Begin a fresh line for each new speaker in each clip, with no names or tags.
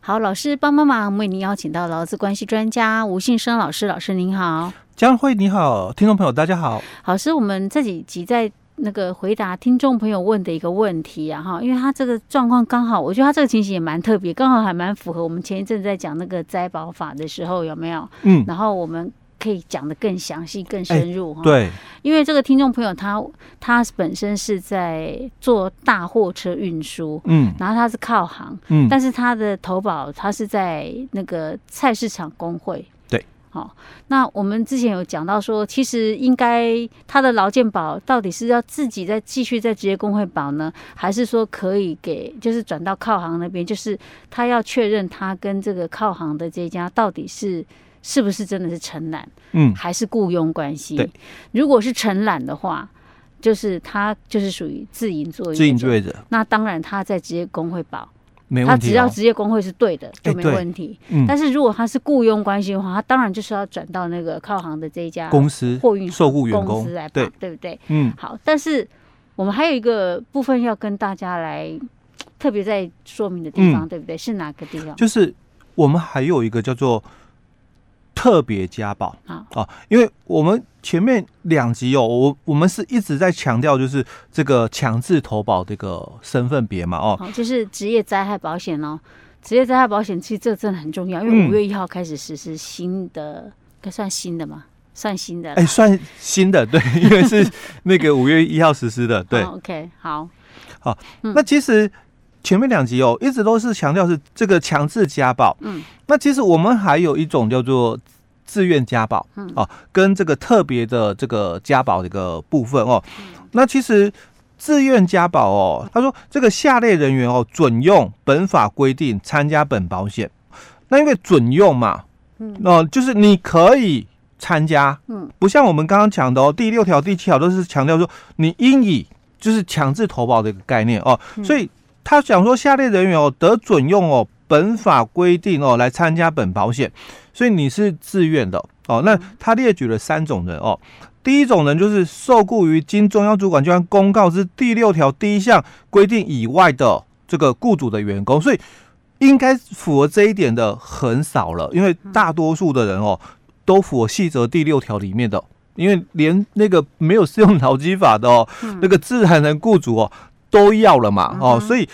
好，老师帮帮忙，为您邀请到劳资关系专家吴信生老师，老师您好。
江慧你好，听众朋友大家好。
老师，我们这几集在那个回答听众朋友问的一个问题啊，哈，因为他这个状况刚好，我觉得他这个情形也蛮特别，刚好还蛮符合我们前一阵在讲那个灾保法的时候，有没有？
嗯，
然后我们可以讲的更详细、更深入哈、，
哎对，
因为这个听众朋友他他本身是在做大货车运输，
嗯
然后他是靠行，
嗯，
但是他的投保他是在那个菜市场工会。
对，
好、那我们之前有讲到说，其实应该他的劳健保到底是要自己再继续在职业工会保呢，还是说可以给就是转到靠行那边？就是他要确认他跟这个靠行的这一家到底是。是不是真的是承揽，
嗯
还是雇佣关系
对？
如果是承揽的话，就是他就是属于自营作业。
自营作。业者
那当然，他在职业工会保，
没
他
问
只
题
要
哦。
职业工会是对的就
哎
没
对
问题。
嗯，
但是如果他是雇佣关系的话，他当然就是要转到那个靠行的这一家
公司
货运
受雇员
公
工
司来跑，
对
对，不对？
嗯
好，但是我们还有一个部分要跟大家来特别在说明的地方，对不对？是哪个地方？
嗯就是我们还有一个叫做特别家暴
好
啊，因为我们前面两集哦，我我们是一直在强调就是这个强制投保这个身份别嘛哦，
好，就是职业灾害保险哦。职业灾害保险其实这真的很重要，因为
嗯
五月一号开始实施新的，该算新的吗？算新的啦。
哎，算新的对，因为是那个五月一号实施的，对
好，，OK，好，哦嗯
那其实前面两集哦，一直都是强调是这个强制家暴。
嗯，
那其实我们还有一种叫做自愿家暴，嗯，哦，跟这个特别的这个家暴的一个部分哦。
嗯
那其实自愿家暴哦，他说这个下列人员哦，准用本法规定参加本保险。那因为准用嘛，
嗯，
哦、就是你可以参加，
嗯，
不像我们刚刚讲的哦，第六条、第七条都是强调说你应以就是强制投保的一个概念哦，所以他想说下列人员哦得准用哦本法规定哦来参加本保险，所以你是自愿的哦。那他列举了三种人哦，第一种人就是受雇于经中央主管机关公告之第六条第一项规定以外的这个雇主的员工，所以应该符合这一点的很少了，因为大多数的人哦都符合细则第六条里面的。因为连那个没有适用劳基法的哦，那个自然人雇主哦都要了嘛哦，所以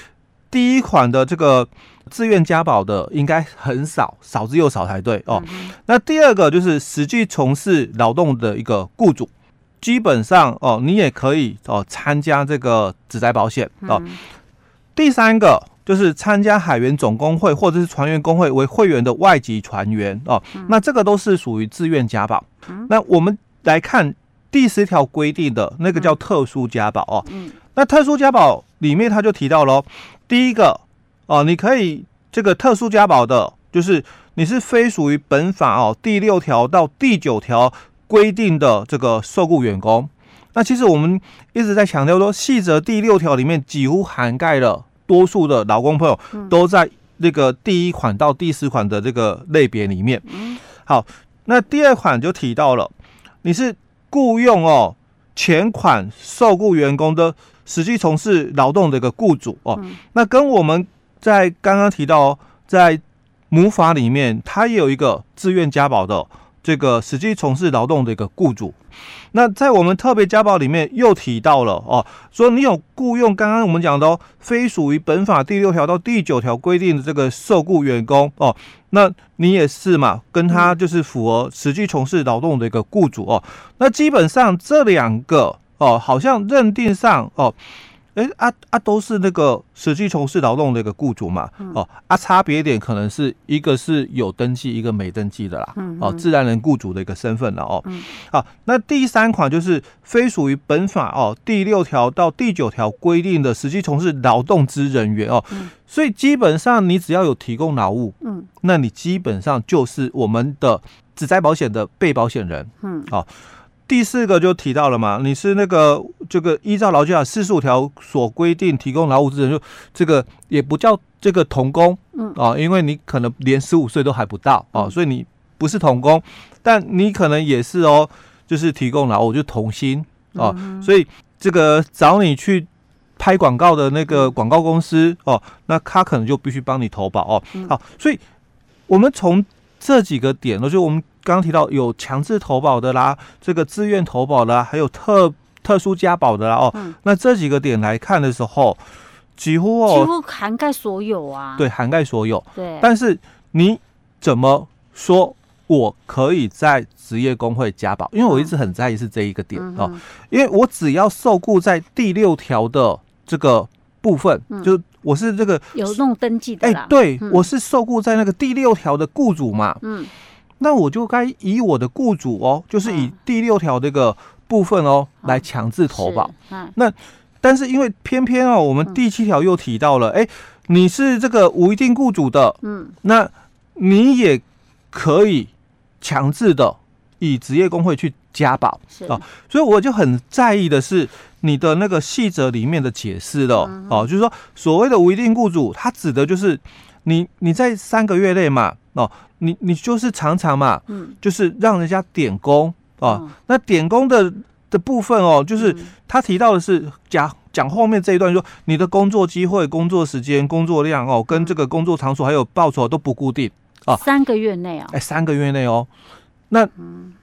第一款的这个自愿加保的应该很少，少之又少才对哦。
嗯
那第二个就是实际从事劳动的一个雇主，基本上哦，你也可以哦参加这个职灾保险
嗯
哦。第三个就是参加海员总工会或者是船员工会为会员的外籍船员哦，那这个都是属于自愿加保。那我们来看第十条规定的那个叫特殊加保哦，
嗯
那特殊加保里面他就提到喽，第一个哦，你可以这个特殊加保的，就是你是非属于本法哦第六条到第九条规定的这个受雇员工。那其实我们一直在强调说，细则第六条里面几乎涵盖了多数的劳工朋友都在那个第一款到第十款的这个类别里面。好，那第二款就提到了，你是雇佣哦前款受雇员工的实际从事劳动的一个雇主哦，那跟我们在刚刚提到、哦、在母法里面，它也有一个自愿家保的这个实际从事劳动的一个雇主。那在我们特别家保里面又提到了哦，说你有雇佣刚刚我们讲的哦，非属于本法第六条到第九条规定的这个受雇员工哦，那你也是嘛，跟他就是符合实际从事劳动的一个雇主哦。那基本上这两个哦，好像认定上哦，诶啊啊都是那个实际从事劳动的一个雇主嘛，哦啊差别点可能是一个是有登记，一个没登记的啦，哦自然人雇主的一个身份了哦。好，那第三款就是非属于本法哦第六条到第九条规定的实际从事劳动之人员哦，所以基本上你只要有提供劳务，
嗯，
那你基本上就是我们的只灾保险的被保险人，
嗯，
好、第四个就提到了嘛，你是那个这个依照劳基法四十五条所规定提供劳务之人，就这个也不叫这个童工，
嗯
啊，因为你可能连十五岁都还不到啊，所以你不是童工，但你可能也是啊
嗯
哦，就是提供劳务，就童薪哦，所以这个找你去拍广告的那个广告公司哦，那他可能就必须帮你投保哦。
嗯
好，所以我们从这几个点，就是我们刚刚提到有强制投保的啦，这个自愿投保的啦，还有特特殊加保的啦哦。
嗯
那这几个点来看的时候，几乎
几
哦，
乎涵盖所有啊。
对，涵盖所有。
对，
但是你怎么说？我可以在职业工会加保，因为我一直很在意是这一个点
嗯
哦，
哼
因为我只要受雇在第六条的这个部分，
嗯
就是我是这个，
有弄登记的
哎、
啦。
对、
嗯
我是受雇在那个第六条的雇主嘛，
嗯，
那我就该以我的雇主哦，就是以
嗯
第六条这个部分哦、
嗯
来强制投保。
是。嗯，
但是因为偏偏哦，我们
嗯
第七条又提到了，哎、你是这个无一定雇主的，
嗯，
那你也可以强制的以职业工会去加保。
是
哦所以我就很在意的是你的那个细则里面的解释了
嗯
哦，就是说所谓的无一定雇主，它指的就是你你在三个月内嘛哦，你你就是常常嘛，
嗯，
就是让人家点工哦，
嗯，
那点工的的部分哦，就是
嗯
他提到的是讲讲后面这一段说你的工作机会、工作时间、工作量哦，跟这个工作场所还有报酬都不固定，哦
三个月内啊
哎，，三个月内哦。那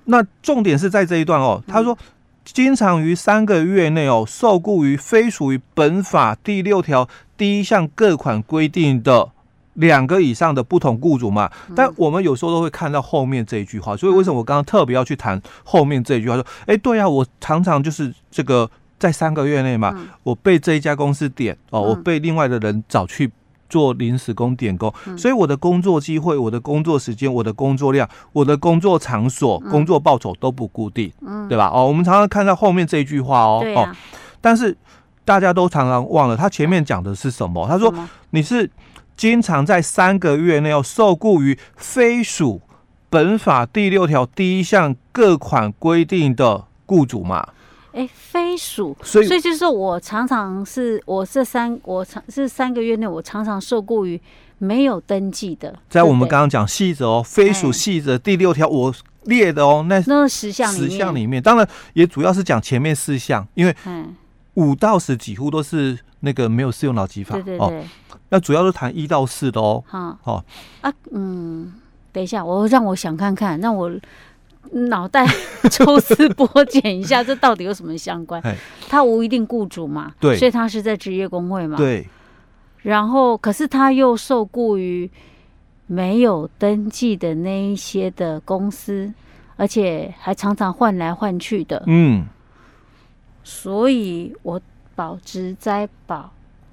那重点是在这一段哦，他说。经常于三个月内哦，受雇于非属于本法第六条第一项各款规定的两个以上的不同雇主嘛。
嗯
但我们有时候都会看到后面这一句话，所以为什么我刚刚特别要去谈后面这一句话？说，哎，对呀、我常常就是这个在三个月内嘛，
嗯
我被这一家公司点哦，
嗯
我被另外的人找去做临时工点工，
嗯
所以我的工作机会、我的工作时间、我的工作量、我的工作场所、
嗯
工作报酬都不固定，
嗯，
对吧？哦，我们常常看到后面这一句话哦，
对
哦，
啊，
但是大家都常常忘了他前面讲的是什么？他说
什么
你是经常在三个月内要受雇于非属本法第六条第一项各款规定的雇主嘛？
哎，飞鼠，
所以
所以就是说我常常是我这三我常是三个月内我常常受雇于没有登记的，
在
对不
我们
对
刚刚讲细则哦，非属
哎
细则第六条我列的哦，那
那十项里
十
面，
项里面，当然也主要是讲前面四项，因为
嗯，
五到十几乎都是那个没有适用脑机法
对对
哦，
对，
那主要都谈一到四的哦。
哈，
好
啊，嗯，等一下，我让我想看看，让我脑 袋抽丝剥茧一下，这到底有什么相关
哎？
他无一定雇主嘛，
对
所以他是在职业工会嘛，。
对，
然后，可是他又受雇于没有登记的那一些的公司，而且还常常换来换去的，
嗯，
所以我保值灾保。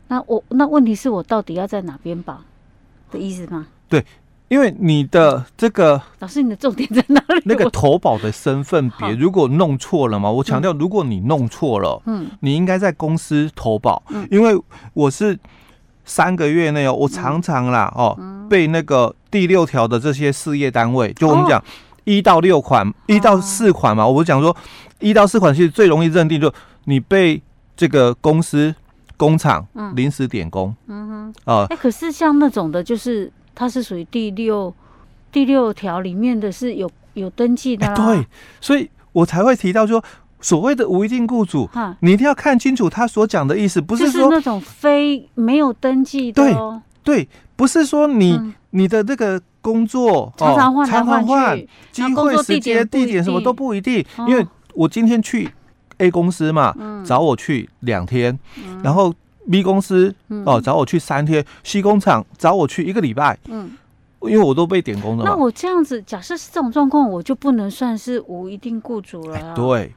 那我那问题是我到底要在哪边保的意思吗？
因为你的这个
老师，你的重点在哪里？
那个
我
投保的身份别
好
如果弄错了嘛，我强调，如果你弄错了，
嗯
你应该在公司投保
嗯，
因为我是三个月内哦，我常常啦
嗯
哦，被那个第六条的这些事业单位，就我们
哦
讲一到六款，一到四款嘛，我讲说一到四款其实最容易认定，就你被这个公司工厂
嗯
临时点工
嗯哼，
啊
哎、，可是像那种的，就是它是属于第六第六条里面的是有有登记的啊
哎
啦，
对，所以我才会提到说所谓的无一定雇主。
哈，
你一定要看清楚他所讲的意思，不
就是是
说
那种非没有登记的、
对
哦，
对，不是说你、
嗯
你的这个工作哦
常常换来
常常
换
换
去，
机
然后工
会、
作
时
地
间、
点不一
地点什么
定
都不一定，
哦
因为我今天去 A 公司嘛，
嗯
找我去两天，然后 B 公司
嗯
哦、找我去三天，C 工厂找我去一个礼拜，
嗯，
因为我都被点工了
那
嘛。
我这样子，假设是这种状况，我就不能算是无一定雇主了、啊
对，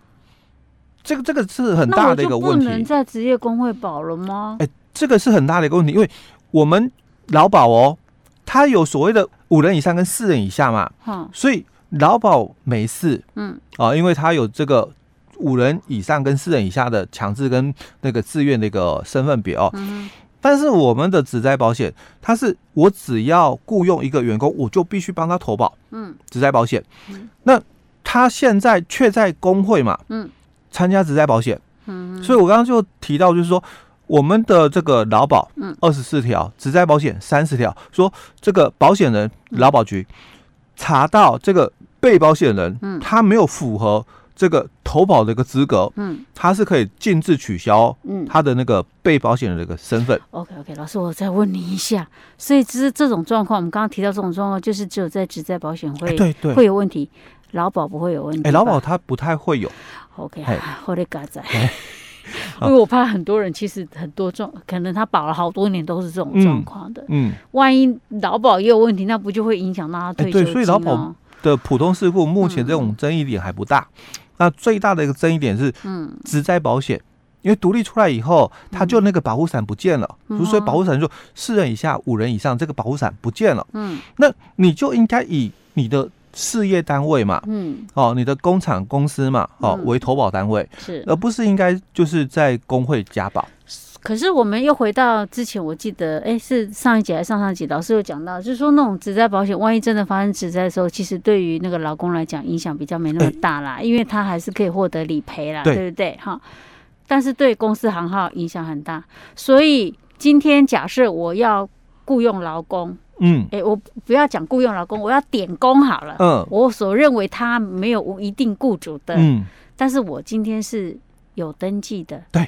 这个这个是哎很
那
大
我
的一
就
个
不
问题。
能在职业工会保了吗？
哎这个是很大的一个问题，因为我们劳保哦，它有所谓的五人以上跟四人以下嘛，
哈，
所以劳保没事
嗯
啊，因为它有这个五人以上跟四人以下的强制跟那个自愿的一个身份别哦。
嗯
但是我们的职灾保险，它是我只要雇佣一个员工，我就必须帮他投保
嗯
职灾保险
嗯。
那他现在却在工会嘛
嗯
参加职灾保险，
嗯，
所以我刚刚就提到，就是说我们的这个劳保，
嗯
二十四条，职灾保险三十条，说这个保险人劳保局查到这个被保险人，
嗯
他没有符合这个投保的一个资格，
嗯
它是可以禁止取消
嗯
他的那个被保险人的一个身份。
，OK 哦 OK，老师，我再问你一下，所以只是这种状况，我们刚刚提到这种状况，就是只有在职在保险会、
哎对对，
会有问题，劳保不会有问题吧。
哎，劳保它不太会有，
OK，
嘿
好的，嘎仔。 因为我怕很多人，其实很多状，可能他保了好多年都是这种
嗯
状况的。
嗯，
万一劳保也有问题，那不就会影响到他退休、
哎
金
对所以劳保
哦
的普通事故目前这种争议点还不大，那最大的一个争议点是
嗯
职灾保险。因为独立出来以后，它就那个保护伞不见了，
嗯
所以保护伞就四人以下、五人以上，这个保护伞不见了，
嗯
那你就应该以你的事业单位嘛，
嗯，
哦，你的工厂公司嘛，哦
嗯
为投保单位，
是。
而不是应该就是在工会加保。
可是我们又回到之前，我记得哎、是上一集还是上上集，老师有讲到，就是说那种职灾保险，万一真的发生职灾的时候，其实对于那个劳工来讲影响比较没那么大啦，因为他还是可以获得理赔啦，
对
对不对？哈，但是对公司行号影响很大。所以今天假设我要雇佣劳工，
嗯
哎、我不要讲雇佣劳工，我要点工好了。
嗯
我所认为他没有一定雇主的，
嗯，
但是我今天是有登记的，
对，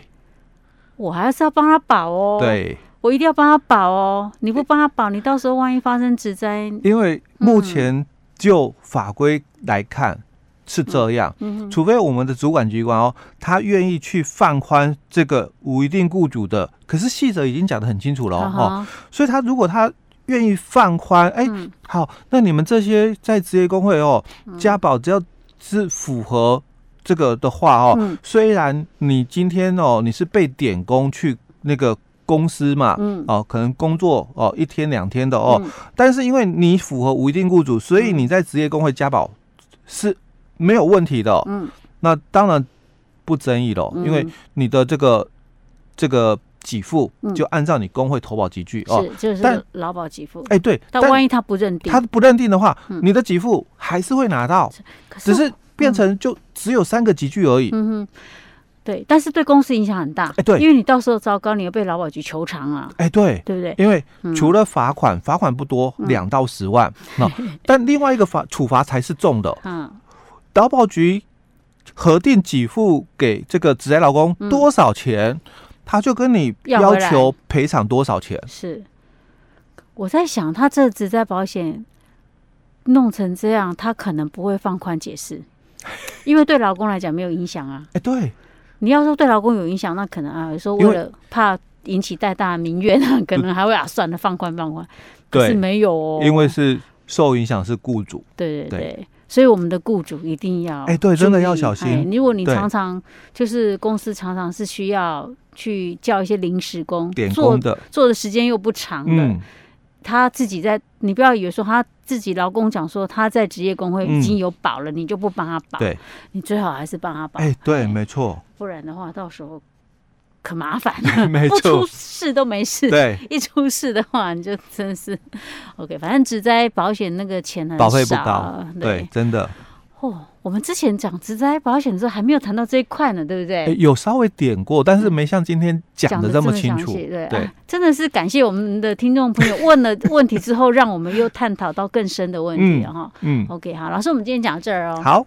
我还是要帮他保哦，，
对，
我一定要帮他保哦，你不帮他保，你到时候万一发生职灾，
因为目前就法规来看是这样，
嗯
除非我们的主管机关哦，他愿意去放宽这个无一定雇主的，可是细则已经讲得很清楚了
好
哦，
好，
所以他如果他愿意放宽，哎、
嗯
好，那你们这些在职业工会哦，家保只要是符合这个的话哦，
嗯
虽然你今天哦你是被点工去那个公司嘛，
嗯
哦，可能工作哦一天两天的哦，
嗯
但是因为你符合无一定雇主，所以
嗯
你在职业工会家保是没有问题的哦、
嗯，
那当然不争议了，因为
嗯
你的这个这个给付
嗯
就按照你工会投保集聚哦。
是就
但
是劳保给付，
哎、对，
但
但
万一他不认定
他，不认定的话，
嗯
你的给付还是会拿到，
可
只
我
是变成就只有三个集聚而已。
嗯哼，对，但是对公司影响很大，
哎对
因为你到时候糟糕，你要被劳保局求偿啊，
哎、对，
对不对？
因为
嗯
除了罚款，罚款不多，
嗯
两到十 万。那但另外一个罚处罚才是重的，
嗯
劳保局核定给付给这个职业劳工
嗯
多少钱，他就跟你
要
要
回来
求赔偿多少钱。
是，我在想，他这只在保险弄成这样，他可能不会放宽解释，因为对劳工来讲没有影响啊。
哎、对，
你要说对劳工有影响，那可能啊，有时候
因
为
为
了怕引起太大的民怨啊，可能还会啊，算了，放宽放宽。可是
对
没有哦，
因为是受影响是雇主。
对对
对
对，所以我们的雇主一定要
哎对真的要
注意
小心
哎如果你
对
常常就是公司常常是需要去叫一些临时工，
点
做
工的，
做的时间又不长的，
嗯，
他自己在，你不要以为说他自己劳工讲说他在职业工会
嗯
已经有保了，你就不帮他保，
对，
你最好还是帮他保，
哎、 对，没错，
不然的话到时候可麻 烦了，
没
不出
错，
事都没事，
对，
一出事的话你就真是 OK，反正只在保险那个钱很少啊，
保费不高，对，真的，
哦，我们之前讲职灾保险的时候还没有谈到这一块呢，对不对？
哎、有稍微点过，但是没像今天讲
得
的这么清楚
详。细对
对
啊真的是感谢我们的听众朋友问了 问题之后，让我们又探讨到更深的问题
嗯
了哈。
嗯，
OK，好，老师，我们今天讲到这儿哦。
好。